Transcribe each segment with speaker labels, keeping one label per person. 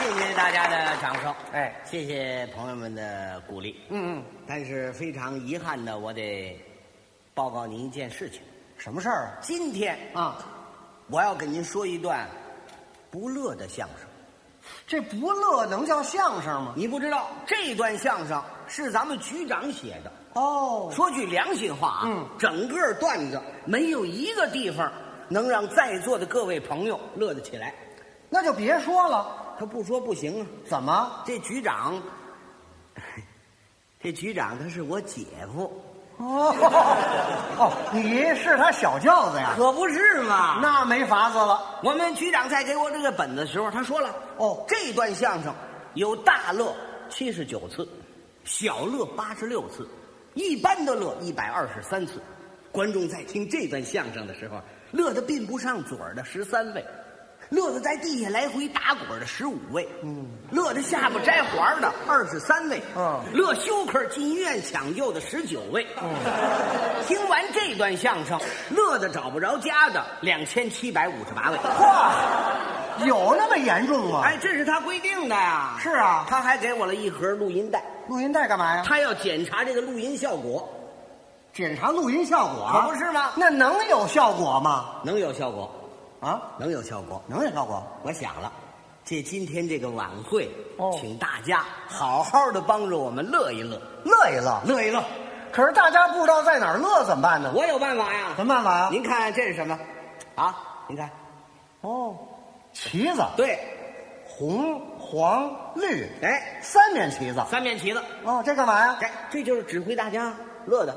Speaker 1: 谢谢大家的掌声，
Speaker 2: 哎
Speaker 1: 谢谢朋友们的鼓励。
Speaker 2: 嗯嗯，
Speaker 1: 但是非常遗憾的，我得报告您一件事情。
Speaker 2: 什么事儿
Speaker 1: 今天
Speaker 2: 啊？啊，
Speaker 1: 我要给您说一段不乐的相声。
Speaker 2: 这不乐能叫相声吗？
Speaker 1: 你不知道这段相声是咱们局长写的。
Speaker 2: 哦，
Speaker 1: 说句良心话啊，
Speaker 2: 嗯
Speaker 1: 整个段子没有一个地方能让在座的各位朋友乐得起来。
Speaker 2: 那就别说了。
Speaker 1: 他不说不行啊，
Speaker 2: 怎么？
Speaker 1: 这局长， 这局长他是我姐夫，
Speaker 2: 哦哦，你是他小舅子呀？
Speaker 1: 可不是嘛？
Speaker 2: 那没法子了。
Speaker 1: 我们局长在给我这个本子的时候，他说了，
Speaker 2: 哦
Speaker 1: 这段相声有大乐七十九次，小乐八十六次，一般的乐一百二十三次。观众在听这段相声的时候，乐得并不上嘴儿的十三位，乐得在地下来回打滚儿的十五位，嗯，乐得下巴摘环儿的二十三位，
Speaker 2: 嗯
Speaker 1: 乐休克进医院抢救的十九位，听完这段相声，乐得找不着家的两千七百五十八位。
Speaker 2: 嚯，有那么严重吗？
Speaker 1: 哎，，这是他规定的呀。
Speaker 2: 啊是啊，
Speaker 1: 他还给我了一盒录音带，
Speaker 2: 录音带干嘛呀？
Speaker 1: 他要检查这个录音效果，
Speaker 2: 检查录音效果啊，
Speaker 1: 可不是吗
Speaker 2: 那能有效果吗？
Speaker 1: 能有效果，
Speaker 2: 啊，
Speaker 1: 能有效果。
Speaker 2: 能有效果？
Speaker 1: 我想了，借今天这个晚会，
Speaker 2: 哦
Speaker 1: 请大家好好的帮着我们乐一乐，
Speaker 2: 乐一乐。
Speaker 1: 乐一乐。
Speaker 2: 可是大家不知道在哪儿乐怎么办呢？
Speaker 1: 我有办法呀。
Speaker 2: 什么办法呀？
Speaker 1: 您看这是什么？啊，您看，
Speaker 2: 哦，旗子，
Speaker 1: 对，
Speaker 2: 红、黄、绿，
Speaker 1: 哎，
Speaker 2: 三面旗子。
Speaker 1: 三面旗子，
Speaker 2: 哦，这干嘛呀？
Speaker 1: 哎，这就是指挥大家乐的。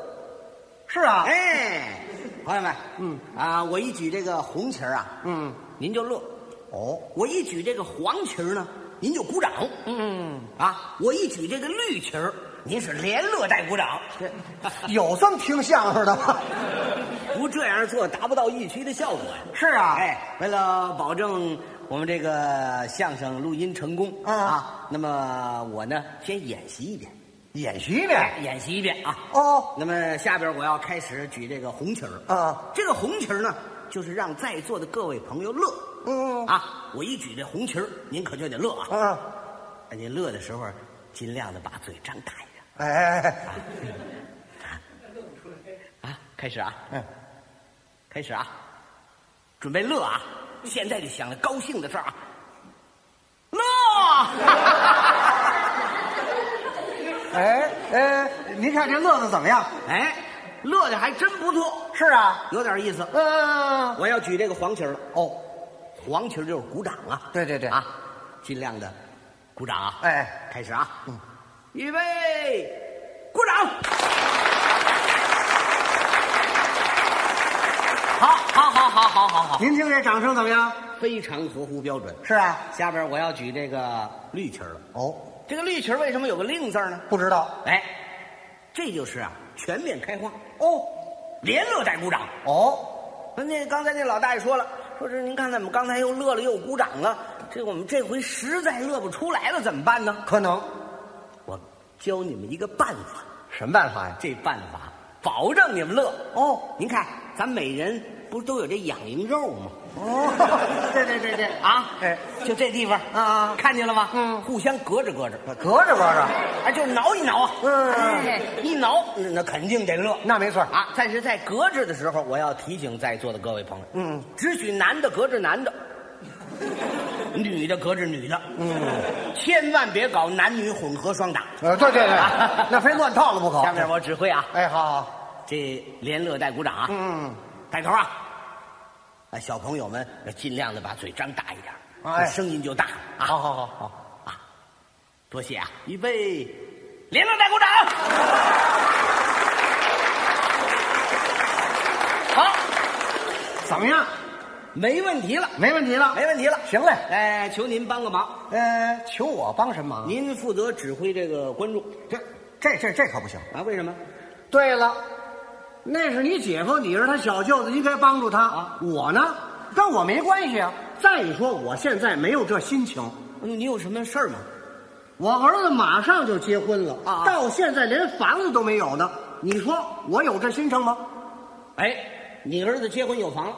Speaker 2: 是啊，
Speaker 1: 哎，朋友们，
Speaker 2: 嗯
Speaker 1: 啊，我一举这个红旗儿啊，
Speaker 2: 嗯，
Speaker 1: 您就乐；
Speaker 2: 哦，
Speaker 1: 我一举这个黄旗儿呢，您就鼓掌。
Speaker 2: 嗯，
Speaker 1: 啊，我一举这个绿旗儿，您是连乐带鼓掌。
Speaker 2: 有这么听相声的吗？
Speaker 1: 不这样做达不到预期的效果呀、
Speaker 2: 是啊，，
Speaker 1: 哎，为了保证我们这个相声录音成功、
Speaker 2: 嗯
Speaker 1: 啊，那么我呢先演习一遍，
Speaker 2: 演习一遍。
Speaker 1: 哎演习一遍啊。
Speaker 2: 哦，
Speaker 1: 那么下边我要开始举这个红旗儿。
Speaker 2: 啊，
Speaker 1: 这个红旗儿呢，就是让在座的各位朋友乐。
Speaker 2: 嗯
Speaker 1: 啊，我一举这红旗儿，您可就得乐啊。
Speaker 2: 嗯，
Speaker 1: 哎您乐的时候，尽量的把嘴张大一点
Speaker 2: 哎哎哎，
Speaker 1: 啊。开始啊，
Speaker 2: 嗯，
Speaker 1: 开始啊，准备乐啊！现在就想着高兴的事儿啊，乐！
Speaker 2: 哎哎，您看这乐的怎么样？
Speaker 1: 哎，乐的还真不错，
Speaker 2: 是啊，
Speaker 1: 有点意思。
Speaker 2: 嗯，
Speaker 1: 我要举这个黄旗儿了，
Speaker 2: 哦，
Speaker 1: 黄旗儿就是鼓掌啊。
Speaker 2: 对对对
Speaker 1: 啊，尽量的鼓掌啊。
Speaker 2: 哎，
Speaker 1: 开始啊，预备，鼓掌！好，好，好，好，好，好，好，
Speaker 2: 您听这掌声怎么样？
Speaker 1: 非常合乎标准。
Speaker 2: 是啊，
Speaker 1: 下边我要举这个绿旗儿了。
Speaker 2: 哦，
Speaker 1: 这个绿旗儿为什么有个“令”字儿呢？
Speaker 2: 不知道，
Speaker 1: 哎，这就是啊，全面开花，
Speaker 2: 哦
Speaker 1: 连乐带鼓掌。
Speaker 2: 哦，
Speaker 1: 那刚才那老大爷说了，说这您看怎么刚才又乐了又鼓掌了，这我们这回实在乐不出来了，怎么办呢？
Speaker 2: 可能
Speaker 1: 我教你们一个办法，
Speaker 2: 什么办法呀？
Speaker 1: 这办法保证你们乐。
Speaker 2: 哦
Speaker 1: 您看，咱每人不是都有这痒痒肉吗？
Speaker 2: 哦， 对对对对，
Speaker 1: 啊，
Speaker 2: 哎，
Speaker 1: 就这地方
Speaker 2: 啊啊
Speaker 1: 看见了吗？
Speaker 2: 嗯
Speaker 1: 互相隔着隔着，
Speaker 2: 隔着隔着，
Speaker 1: 哎，就挠一挠啊，
Speaker 2: 嗯
Speaker 1: 哎，一挠那那肯定得乐。
Speaker 2: 那没错
Speaker 1: 啊，但是在隔着的时候，我要提醒在座的各位朋友，
Speaker 2: 嗯，
Speaker 1: 只许男的隔着男 的，女的隔着女的，嗯，千万别搞男女混合双打。
Speaker 2: 呃，对 对对，那非乱套了不可。
Speaker 1: 下面我指挥啊，
Speaker 2: 哎，好好，
Speaker 1: 这连乐带鼓掌啊，
Speaker 2: 嗯，
Speaker 1: 带头啊！啊，小朋友们要尽量的把嘴张大一点，
Speaker 2: 哎
Speaker 1: 这声音就大了啊！
Speaker 2: 好好好好，
Speaker 1: 多谢啊！预备，连乐带鼓掌。好，
Speaker 2: 怎么样？
Speaker 1: 没问题了，
Speaker 2: 没问题了。
Speaker 1: 没问题了。
Speaker 2: 行嘞，
Speaker 1: 哎，求您帮个忙，
Speaker 2: 呃，求我帮什么忙？
Speaker 1: 您负责指挥这个观众
Speaker 2: 这这这这可不行。
Speaker 1: 啊？为什么？
Speaker 2: 对了，那是你姐夫，你是他小舅子，应该帮助他。
Speaker 1: 啊
Speaker 2: 我呢，跟我没关系啊。再说，我现在没有这心情。
Speaker 1: 嗯你有什么事儿吗？
Speaker 2: 我儿子马上就结婚了，
Speaker 1: 啊
Speaker 2: 到现在连房子都没有呢。你说我有这心情吗？
Speaker 1: 哎，你儿子结婚有房了，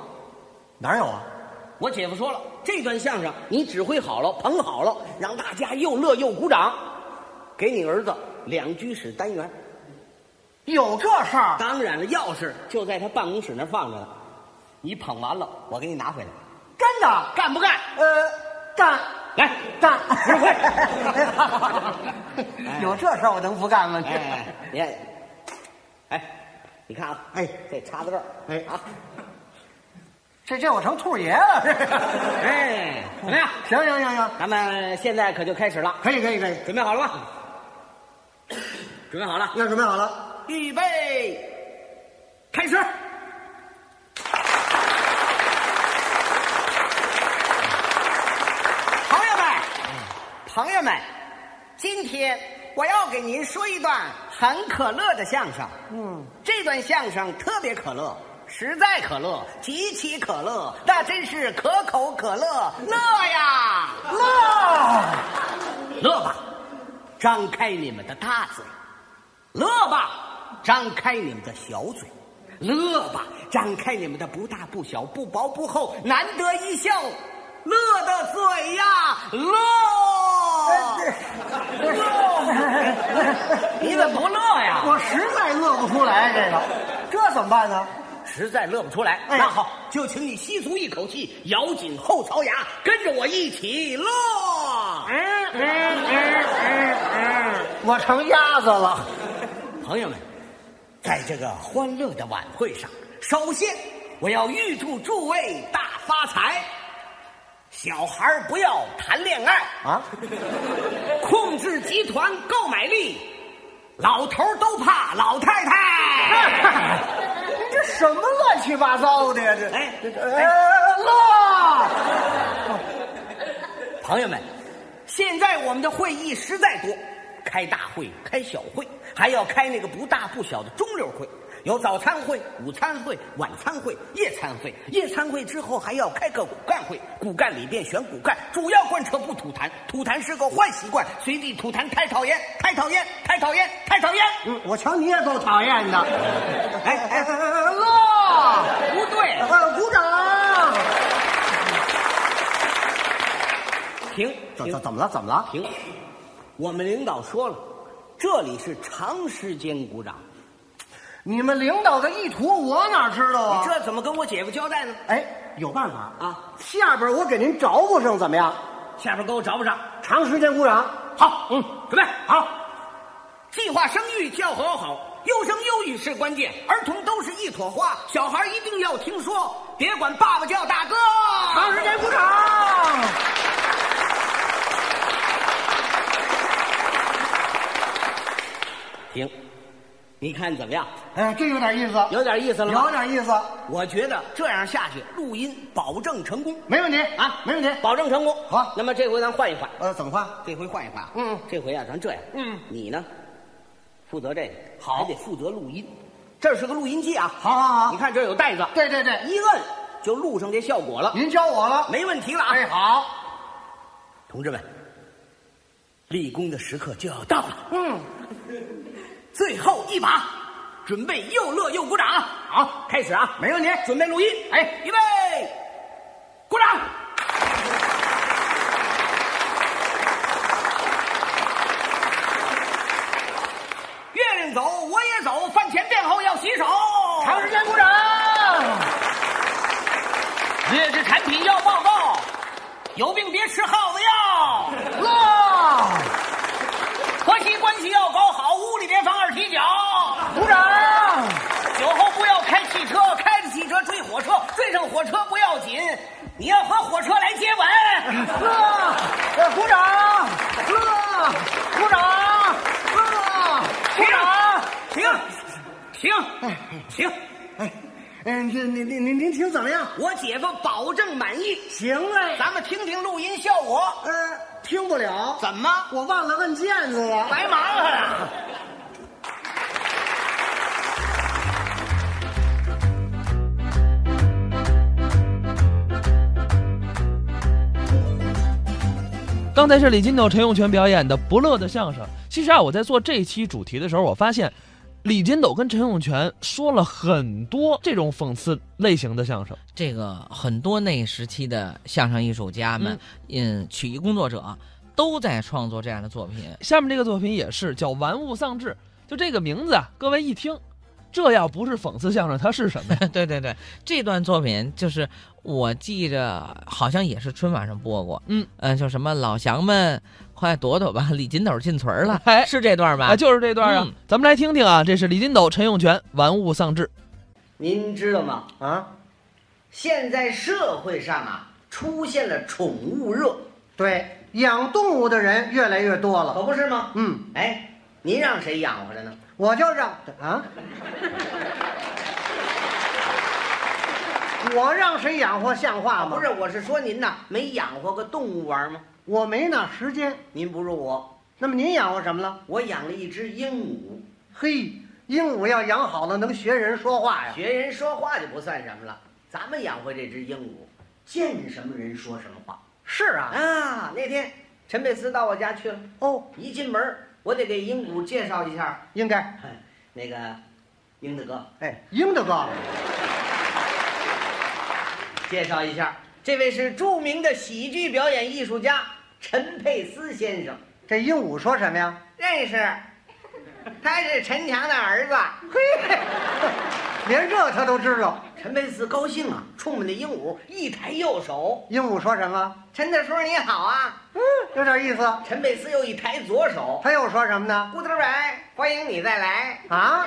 Speaker 2: 哪有啊？
Speaker 1: 我姐夫说了，这段相声你指挥好了，捧好了，让大家又乐又鼓掌，给你儿子两居室单元。
Speaker 2: 有这事儿？
Speaker 1: 当然了，钥匙就在他办公室那儿放着呢。你捧完了，我给你拿回来，
Speaker 2: 真的？
Speaker 1: 干不干？
Speaker 2: 呃， 干
Speaker 1: 来，
Speaker 2: 干，。
Speaker 1: 实惠
Speaker 2: 有这事儿我能不干吗？
Speaker 1: 哎哎，你看，哎，你看啊，哎，这插到这儿，
Speaker 2: 哎
Speaker 1: 啊，
Speaker 2: 这这我成兔爷 了，这个
Speaker 1: 哎，怎么样？
Speaker 2: 行行行行，
Speaker 1: 咱们现在可就开始了，
Speaker 2: 可以可以可以，
Speaker 1: 准备好了吗？准备好了，
Speaker 2: 要准备好了。
Speaker 1: 预备，开始。
Speaker 3: 朋友们，朋友们，今天我要给您说一段很可乐的相声。嗯，这段相声特别可乐，实在可乐，极其可乐，那真是可口可乐，乐呀！
Speaker 2: 乐，
Speaker 1: 乐吧，张开你们的大嘴；乐吧，张开你们的小嘴；乐吧，张开你们的不大不小、不薄不厚，难得一笑，乐的嘴呀，乐！你怎么不乐呀？
Speaker 2: 我实在乐不出来这个，这怎么办呢？
Speaker 1: 实在乐不出来，
Speaker 2: 哎
Speaker 1: 那好，就请你吸足一口气，咬紧后槽牙，跟着我一起乐。
Speaker 2: 嗯嗯嗯嗯嗯，我成鸭子了。
Speaker 1: 朋友们，在这个欢乐的晚会上，首先我要预祝诸位大发财。小孩儿不要谈恋爱，
Speaker 2: 啊，
Speaker 1: 控制集团购买力，老头儿都怕老太太。
Speaker 2: 您这什么乱七八糟的呀？这
Speaker 1: 哎
Speaker 2: 这哎，乐，
Speaker 1: 朋友们，现在我们的会议实在多，开大会、开小会，还要开那个不大不小的中流会，有早餐会、午餐会、晚餐会、夜餐会。夜餐会之后还要开个骨干会，骨干里边选骨干，主要贯彻不吐痰，吐痰是个坏习惯，随地吐痰太讨厌，太讨厌，太讨厌，太讨厌。
Speaker 2: 嗯我瞧你也够讨厌的。
Speaker 1: 哎哎，
Speaker 2: 乐，
Speaker 1: 不对，
Speaker 2: 呃鼓掌。
Speaker 1: 停，
Speaker 2: 怎怎怎么了？怎么了？
Speaker 1: 停，我们领导说了，这里是长时间鼓掌。
Speaker 2: 你们领导的意图我哪知道啊？
Speaker 1: 这怎么跟我姐夫交代呢？
Speaker 2: 哎，有办法
Speaker 1: 啊！
Speaker 2: 下边我给您找补上，怎么样？
Speaker 1: 下边给我找不上。
Speaker 2: 长时间鼓掌，
Speaker 1: 好，嗯，准备好。计划生育教和好，优生优育是关键。儿童都是一朵花，小孩一定要听说，别管爸爸叫大哥。
Speaker 2: 长时间鼓掌。
Speaker 1: 停，你看怎么样？
Speaker 2: 哎，这有点意思，
Speaker 1: 有点意思了
Speaker 2: 有
Speaker 1: 吗？
Speaker 2: 点意思，
Speaker 1: 我觉得这样下去，录音保证成功
Speaker 2: 没问题
Speaker 1: 啊，
Speaker 2: 没问题。
Speaker 1: 保证成功。啊
Speaker 2: 好
Speaker 1: 那么这回咱换一换，
Speaker 2: 呃，怎么换？
Speaker 1: 这回换一换。
Speaker 2: 嗯，
Speaker 1: 这回啊，咱这样。
Speaker 2: 嗯
Speaker 1: 你呢，负责这个，好，还得负责录音。这是个录音机啊，
Speaker 2: 好好
Speaker 1: 你
Speaker 2: 好，
Speaker 1: 看这儿有袋子，
Speaker 2: 对对对，
Speaker 1: 一摁就录上这效果了，
Speaker 2: 您教我了。
Speaker 1: 没问题了啊！
Speaker 2: 嗯哎，好，
Speaker 1: 同志们，立功的时刻就要到了，
Speaker 2: 嗯，
Speaker 1: 最后一把，准备又乐又鼓掌啊！好，开始啊！
Speaker 2: 没问题。
Speaker 1: 准备录音，
Speaker 2: 哎，
Speaker 1: 预备，鼓掌！月亮走，我也走，饭前便后要洗手。
Speaker 2: 长时间鼓掌。
Speaker 1: 劣质产品要报告，有病别吃耗子药。
Speaker 2: 乐，
Speaker 1: 婆媳关系要搞好，屋里别放二踢脚。
Speaker 2: 鼓掌。
Speaker 1: 酒后不要开汽车，开着汽车追火车，追上火车不要紧，你要和火车来接吻。
Speaker 2: 乐，
Speaker 1: 啊
Speaker 2: 呃鼓掌。乐，鼓掌。乐，鼓掌。
Speaker 1: 停，停，停！
Speaker 2: 嗯，您您您您您听怎么样？
Speaker 1: 我姐夫保证满意。
Speaker 2: 行嘞，
Speaker 1: 咱们听听录音效果，
Speaker 2: 呃，听不了，
Speaker 1: 怎么
Speaker 2: 我忘了问毽子了。
Speaker 1: 白忙活了？
Speaker 4: 刚才是李金斗、陈永泉表演的《不乐的相声》。其实啊，我在做这期主题的时候，我发现，李金斗跟陈永泉说了很多这种讽刺类型的相声。
Speaker 5: 这个很多那时期的相声艺术家们，嗯，曲艺工作者都在创作这样的作品。
Speaker 4: 下面这个作品也是叫《玩物丧志》，就这个名字啊，各位一听，这要不是讽刺相声，它是什么呀？
Speaker 5: 对对对，这段作品就是我记着，好像也是春晚上播过。
Speaker 4: 嗯
Speaker 5: 呃，就什么老祥们快躲躲吧，李金斗进村儿了，
Speaker 4: 哎
Speaker 5: 是这段吧？
Speaker 4: 啊，就是这段啊
Speaker 5: 嗯，
Speaker 4: 咱们来听听啊，这是李金斗、陈永泉《玩物丧志》。
Speaker 3: 您知道吗？
Speaker 2: 啊，
Speaker 3: 现在社会上啊出现了宠物热，
Speaker 2: 对，养动物的人越来越多
Speaker 3: 可
Speaker 2: 了。
Speaker 3: 不是吗？
Speaker 2: 嗯，
Speaker 3: 哎，您让谁养活着呢？
Speaker 2: 我就让啊，我让谁养活像话吗？
Speaker 3: 啊不是，，我是说您呐，没养活个动物玩吗？
Speaker 2: 我没那时间。
Speaker 3: 您不如我，
Speaker 2: 那么您养活什么了？
Speaker 3: 我养了一只鹦
Speaker 2: 嘿，鹦鹉要养好了，能学人说话
Speaker 3: 鹉，
Speaker 2: 呀。
Speaker 3: 学人说话就不算什么了。咱们养活这只鹦鹉，见什么人说什么话
Speaker 2: 是啊，
Speaker 3: 啊！那天陈佩斯到我家去了，
Speaker 2: 哦，
Speaker 3: 一进门我得给鹦鹉介绍一下，
Speaker 2: 应该。
Speaker 3: 那个英子哥
Speaker 2: 哎，英大哥，
Speaker 3: 介绍一下，这位是著名的喜剧表演艺术家陈佩斯先生，
Speaker 2: 这鹦鹉说什么呀？
Speaker 3: 认识，他是陈强的儿子。
Speaker 2: 嘿，连这他都知道。
Speaker 3: 陈佩斯高兴啊，冲着那鹦鹉一抬右手，
Speaker 2: 鹦鹉说什么？
Speaker 3: 陈大叔你好啊！
Speaker 2: 嗯，有点意思。
Speaker 3: 陈佩斯又一抬左手，
Speaker 2: 他又说什么呢？
Speaker 3: 顾德白，欢迎你再来。
Speaker 2: 啊，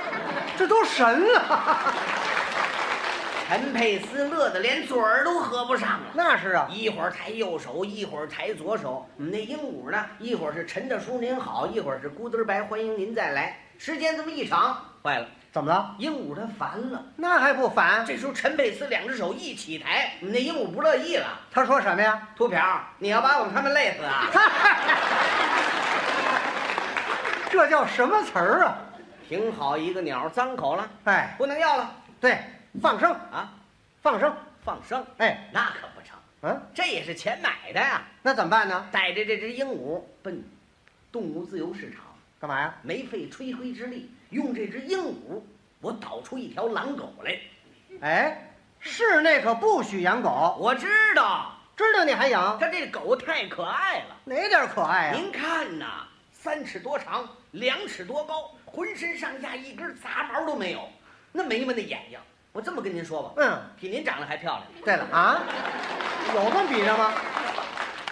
Speaker 2: 这都神了。
Speaker 3: 陈佩斯乐得连嘴儿都合不上了，
Speaker 2: 那是啊，
Speaker 3: 一会儿抬右手，一会儿抬左手。我们那鹦鹉呢，一会儿是陈大叔您好，一会儿是顾德白，欢迎您再来。时间这么一长，坏了，
Speaker 2: 怎么了？
Speaker 3: 鹦鹉它烦了。
Speaker 2: 那还不烦？
Speaker 3: 这时候陈佩斯两只手一起抬，我们那鹦鹉不乐意了，
Speaker 2: 他说什么呀？
Speaker 3: 秃瓢，你要把我们他们累死啊！
Speaker 2: 这叫什么词儿啊？
Speaker 3: 挺好一个鸟，脏口了，
Speaker 2: 哎，
Speaker 3: 不能要了
Speaker 2: 对，放生，
Speaker 3: 啊！
Speaker 2: 放生。
Speaker 3: 放生，
Speaker 2: 哎，
Speaker 3: 那可不成，
Speaker 2: 嗯、
Speaker 3: 这也是钱买的呀。
Speaker 2: 那怎么办呢？
Speaker 3: 带着这只鹦鹉奔动物自由市场，
Speaker 2: 干嘛呀？
Speaker 3: 没费吹灰之力，用这只鹦鹉，我导出一条狼狗来。
Speaker 2: 哎，室内可不许养狗，
Speaker 3: 我知道
Speaker 2: 知道你还养，
Speaker 3: 它这狗太可爱了，
Speaker 2: 哪点可爱哎呀、
Speaker 3: 您看呐，三尺多长，两尺多高，浑身上下一根杂毛都没有，那眉毛那眼睛，我这么跟您说吧，
Speaker 2: 嗯，
Speaker 3: 比您长得还漂亮，
Speaker 2: 对了啊，有这么比着吗？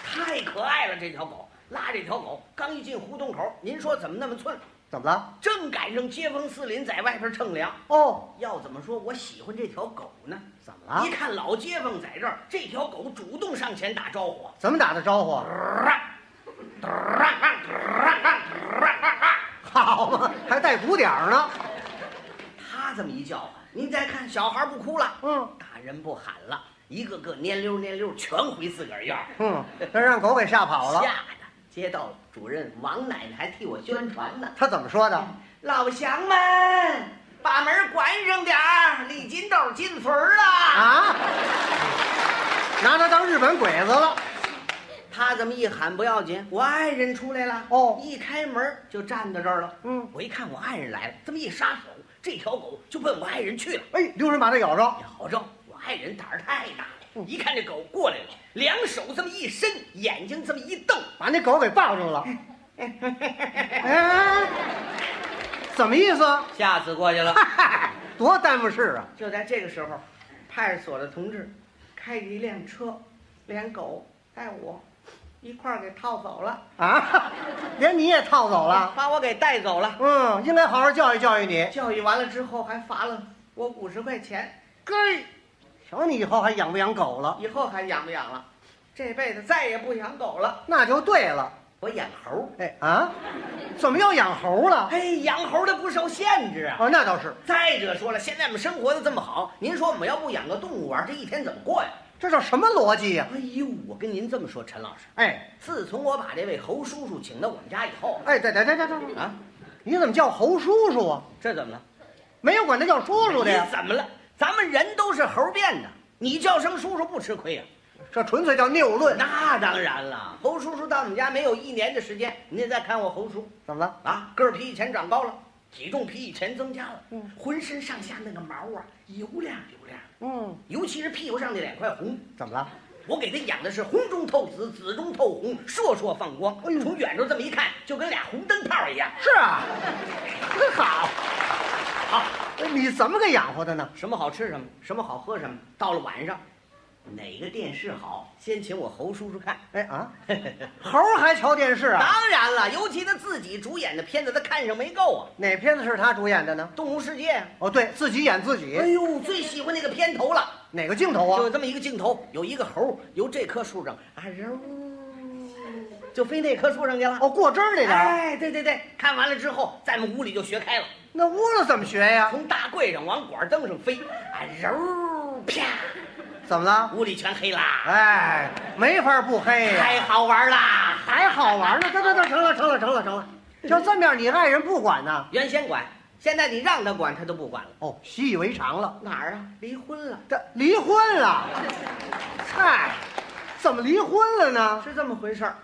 Speaker 3: 太可爱了这条狗。拉这条狗刚一进胡同口，您说怎么那么寸？
Speaker 2: 怎么了？
Speaker 3: 正赶上街坊四邻在外边乘凉，
Speaker 2: 哦，
Speaker 3: 要怎么说我喜欢这条狗呢？
Speaker 2: 怎么了
Speaker 3: 一看老街坊在这儿，这条狗主动上前打招呼，
Speaker 2: 怎么打的招呼？ 啊好嘛，还带鼓点儿呢。
Speaker 3: 他这么一叫唤，您再看小孩不哭了，
Speaker 2: 嗯
Speaker 3: 大人不喊了，一个个蔫溜蔫溜全回自个儿院儿，
Speaker 2: 嗯，这让狗给吓跑了。
Speaker 3: 吓得街道主任王奶奶还替我宣传呢。
Speaker 2: 他怎么说的？
Speaker 3: 老乡们，把门关上点儿，李金斗进村儿了。
Speaker 2: 啊，拿他当日本鬼子了。
Speaker 3: 他这么一喊不要紧，我爱人出来了。
Speaker 2: 哦
Speaker 3: 一开门就站在这儿了。
Speaker 2: 嗯，
Speaker 3: 我一看我爱人来了，这么一撒手，这条狗就奔我爱人去了。
Speaker 2: 哎，留神把他咬着。嗯
Speaker 3: 咬着我爱人胆儿太大了，一看这狗过来了，两手这么一伸，眼睛这么一瞪，
Speaker 2: 把那狗给抱住了。哎，什么意思？
Speaker 3: 吓死过去了。
Speaker 2: 多耽误事啊！
Speaker 3: 就在这个时候，派出所的同志开着一辆车，连狗带我一块儿给套走了，
Speaker 2: 啊，连你也套走了。
Speaker 3: 把我给带走了。
Speaker 2: 嗯，应该好好教育教育你。
Speaker 3: 教育完了之后还罚了我五十块钱。
Speaker 2: 该，瞧你以后还养不养狗了？
Speaker 3: 以后还养不养了？这辈子再也不养狗了。
Speaker 2: 那就对了。
Speaker 3: 我养猴，
Speaker 2: 哎啊，怎么又养猴了？
Speaker 3: 哎，养猴的不受限制啊。
Speaker 2: 哦，那倒是，
Speaker 3: 再者说了，现在我们生活的这么好，您说我们要不养个动物玩，这一天怎么过呀？
Speaker 2: 这叫什么逻辑呀、
Speaker 3: 哎呦，我跟您这么说，陈老师，
Speaker 2: 哎
Speaker 3: 自从我把这位侯叔叔请到我们家以后
Speaker 2: 哎，对对对对对，
Speaker 3: 啊，
Speaker 2: 你怎么叫侯叔叔啊？
Speaker 3: 这怎么了？
Speaker 2: 没有管他叫叔叔的呀
Speaker 3: 你，怎么了？咱们人都是猴变的，你叫声叔叔不吃亏啊呀、
Speaker 2: 这纯粹叫谬论。
Speaker 3: 那当然了，侯叔叔到我们家没有一年的时间，您再看我侯叔
Speaker 2: 怎么了？
Speaker 3: 啊，个儿比以前长高了，体重比以前增加了，浑身上下那个毛啊油亮油亮，
Speaker 2: 嗯，
Speaker 3: 尤其是屁股上那两块红，
Speaker 2: 怎么了？
Speaker 3: 我给他养的是红中透紫，紫中透红，烁烁放光。哎呦，从远处这么一看，就跟俩红灯泡一样。
Speaker 2: 是啊，那好，好，你怎么给养活的呢？
Speaker 3: 什么好吃什么，什么好喝什么。到了晚上，哪个电视好，先请我侯叔叔看。
Speaker 2: 哎 啊，猴儿还瞧电视啊？
Speaker 3: 当然了，尤其他自己主演的片子，他看上没够啊，
Speaker 2: 哪片子是他主演的呢
Speaker 3: 《动物世界》啊。
Speaker 2: 哦，对自己演自己，
Speaker 3: 哎呦，最喜欢那个片头了，
Speaker 2: 哪个镜头啊
Speaker 3: 就？这么一个镜头，有一个猴由这棵树上啊，嗖，就飞那棵树上去了。
Speaker 2: 哦，过针儿那点儿。
Speaker 3: 哎，对对对，看完了之后，咱们屋里就学开了，
Speaker 2: 那屋子怎么学呀？
Speaker 3: 从大柜上往管灯上飞，啊，嗖，啪，
Speaker 2: 怎么了？
Speaker 3: 屋里全黑啦，
Speaker 2: 哎，没法不黑呀，
Speaker 3: 太好玩啦！
Speaker 2: 还好玩呢。得得得，成了成了成了成了，就这么样，你爱人不管呢？
Speaker 3: 原先管，现在你让他管，他都不管了。
Speaker 2: 哦，习以为常了。
Speaker 3: 哪儿啊？离婚了，
Speaker 2: 这离婚了？嗨，怎么离婚了呢？
Speaker 3: 是这么回事儿。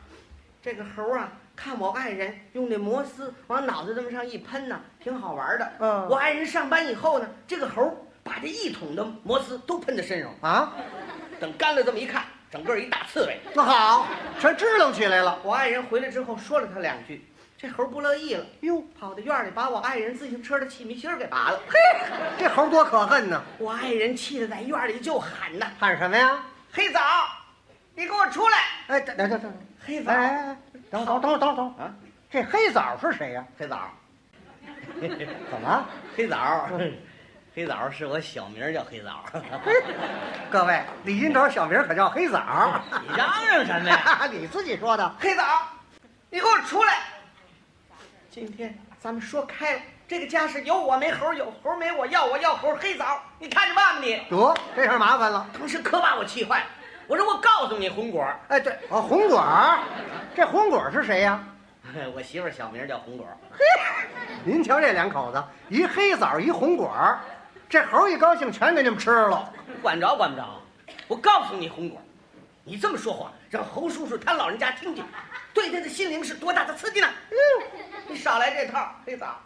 Speaker 3: 这个猴啊，看我爱人用那摩丝往脑袋这么上一喷呢，挺好玩的。
Speaker 2: 嗯
Speaker 3: 我爱人上班以后呢，这个猴把这一桶的摩丝都喷在身上，
Speaker 2: 啊，
Speaker 3: 等干了这么一看，整个一大刺猬。
Speaker 2: 那好，全支棱起来了。
Speaker 3: 我爱人回来之后说了他两句，这猴不乐意了，
Speaker 2: 哟，
Speaker 3: 跑到院里把我爱人自行车的气密芯儿给拔了。
Speaker 2: 这猴多可恨呢！
Speaker 3: 我爱人气得在院里就喊呐
Speaker 2: 喊什么呀？：“
Speaker 3: 黑枣，你给我出来！”
Speaker 2: 哎，等等等等，
Speaker 3: 黑枣
Speaker 2: 哎哎哎，等等等等等
Speaker 3: 啊，
Speaker 2: 这黑枣是谁呀、
Speaker 3: 黑枣，
Speaker 2: 怎么了？
Speaker 3: 黑枣，黑枣是我小名儿叫黑枣。
Speaker 2: 嘿各位，李金斗小名可叫黑枣，
Speaker 3: 你嚷嚷什么呀？
Speaker 2: 你自己说的。
Speaker 3: 黑枣，你给我出来！今天咱们说开了，这个家是有我没猴，有猴没我，要我要猴。黑枣，你看着办吧你！
Speaker 2: 得，这下麻烦了。
Speaker 3: 当时可把我气坏了，我说我告诉你红果儿，
Speaker 2: 哎，对，哦，红果儿，这红果儿是谁呀、
Speaker 3: 我媳妇儿小名叫红果儿。
Speaker 2: 您瞧这两口子，一黑枣一红果儿，这猴一高兴全给你们吃了。
Speaker 3: 管着管不着，我告诉你，红果，你这么说话，让侯叔叔他老人家听听，对他的心灵是多大的刺激呢？
Speaker 2: 嗯
Speaker 3: 你少来这套，黑枣。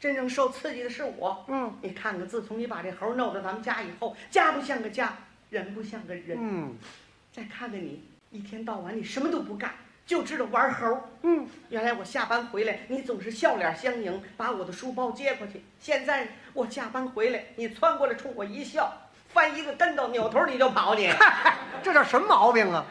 Speaker 3: 真正受刺激的是我。
Speaker 2: 嗯，
Speaker 3: 你看看，自从你把这猴弄到咱们家以后，家不像个家，人不像个人。
Speaker 2: 嗯，
Speaker 3: 再看看你，一天到晚你什么都不干，就知道玩猴。
Speaker 2: 嗯，
Speaker 3: 原来我下班回来，你总是笑脸相迎，把我的书包接过去。现在我下班回来，你窜过来冲我一笑，翻一个跟头，扭头你就跑你。
Speaker 2: 嗨，这叫什么毛病啊？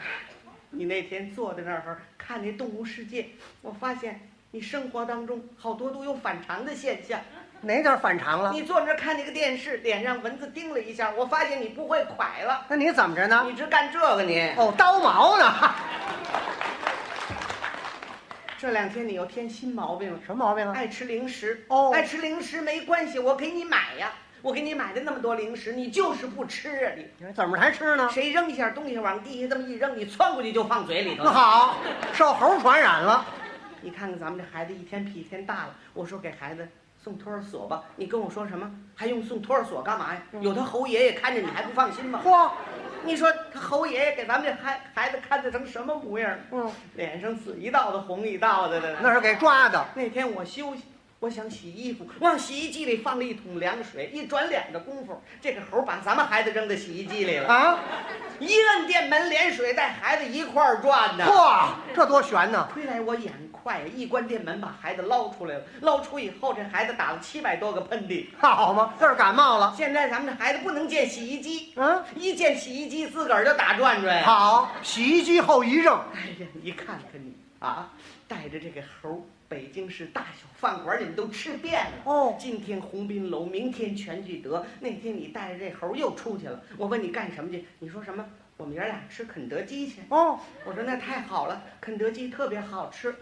Speaker 3: 你那天坐在那儿看那《动物世界》，我发现你生活当中好多都有反常的现象。
Speaker 2: 哪点反常了？
Speaker 3: 你坐那儿看那个电视，脸上蚊子叮了一下，我发现你不会蒯了，
Speaker 2: 那你怎么着呢
Speaker 3: 你？只干这个你。
Speaker 2: 哦，刀毛呢？
Speaker 3: 这两天你又添新毛病了。
Speaker 2: 什么毛病啊？
Speaker 3: 爱吃零食
Speaker 2: 哦
Speaker 3: 爱吃零食没关系，我给你买呀，我给你买的那么多零食，你就是不吃啊！你
Speaker 2: 怎么还吃呢？
Speaker 3: 谁扔一下东西往地下这么一扔，你窜过去就放嘴里头
Speaker 2: 那。好，受猴传染了。
Speaker 3: 你看看咱们这孩子一天比一天大了，我说给孩子送托儿所吧，你跟我说什么？还用送托儿所干嘛呀？有他侯爷爷看着你还不放心吗？
Speaker 2: 嚯，
Speaker 3: 你说他侯爷爷给咱们这孩孩子看得成什么模样？
Speaker 2: 嗯，
Speaker 3: 脸上紫一道的红一道的的。
Speaker 2: 那是给抓的。
Speaker 3: 那天我休息，我想洗衣服，往洗衣机里放了一桶凉水，一转脸的功夫，这个猴把咱们孩子扔到洗衣机里了，
Speaker 2: 啊，
Speaker 3: 一摁电门，连水带孩子一块儿转呢。
Speaker 2: 嚯，这多悬呢！
Speaker 3: 亏来我眼快，一关电门把孩子捞出来了。捞出以后，这孩子打了七百多个喷嚏。
Speaker 2: 好嘛，这是感冒了。
Speaker 3: 现在咱们这孩子不能见洗衣机，
Speaker 2: 哦嗯，
Speaker 3: 一见洗衣机自个儿就打转转呀。
Speaker 2: 好，洗衣机后遗症。
Speaker 3: 哎呀，你看看你啊，带着这个猴儿，北京市大小饭馆你们都吃遍了。
Speaker 2: 哦
Speaker 3: 今天鸿宾楼，明天全聚德，那天你带着这猴儿又出去了。我问你干什么去，你说什么？我们爷儿俩吃肯德基去。
Speaker 2: 哦，
Speaker 3: 我说那太好了，肯德基特别好吃，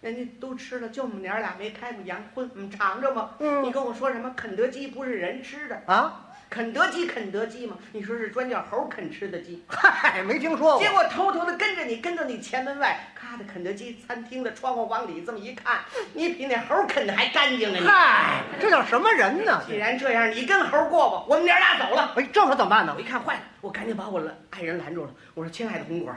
Speaker 3: 人家都吃了，就我们娘儿俩没开过洋荤，我们尝尝吧。
Speaker 2: 嗯
Speaker 3: 你跟我说什么？肯德基不是人吃的，
Speaker 2: 啊，
Speaker 3: 肯德基肯德基嘛，你说是专叫猴儿啃吃的鸡。
Speaker 2: 嗨，没听说
Speaker 3: 结
Speaker 2: 过。
Speaker 3: 果偷偷的跟着你，跟到你前门外，咔的肯德基餐厅的窗户往里这么一看，你比那猴啃的还干净呢啊你。
Speaker 2: 嗨，这叫什么人呢？
Speaker 3: 既然这样，你跟猴过吧，我们娘俩走了。
Speaker 2: 哎，这可怎么办呢
Speaker 3: 我一？看坏了，
Speaker 1: 我赶紧把我的爱人拦住了。我说：“亲爱的红果儿，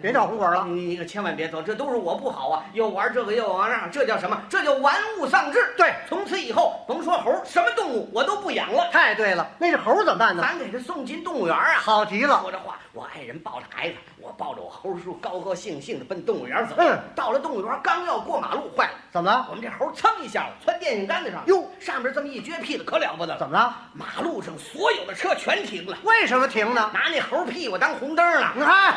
Speaker 2: 别找红果了。
Speaker 1: 你可千万别走，这都是我不好啊！又玩这个，又玩那，这叫什么？这叫玩物丧志。
Speaker 2: 对
Speaker 1: 从此以后，甭说猴，什么动物我都不养了。
Speaker 2: 太对了，那只猴怎么办呢？
Speaker 1: 咱给他送进动物园啊！
Speaker 2: 好极了，
Speaker 1: 说这话，我爱人抱着孩子，我抱着我猴叔，高高兴兴的奔动物园走。
Speaker 2: 嗯，
Speaker 1: 到了动物园，刚要过马路，坏了，
Speaker 2: 怎么了？
Speaker 1: 我们这猴噌一下子窜电线杆子上，
Speaker 2: 哟，
Speaker 1: 上面这么一撅屁股，可了不得了。
Speaker 2: 怎么了？
Speaker 1: 马路上所有的车全停了，
Speaker 2: 为什么停呢？
Speaker 1: 拿那猴屁股当红灯了。
Speaker 2: 你看，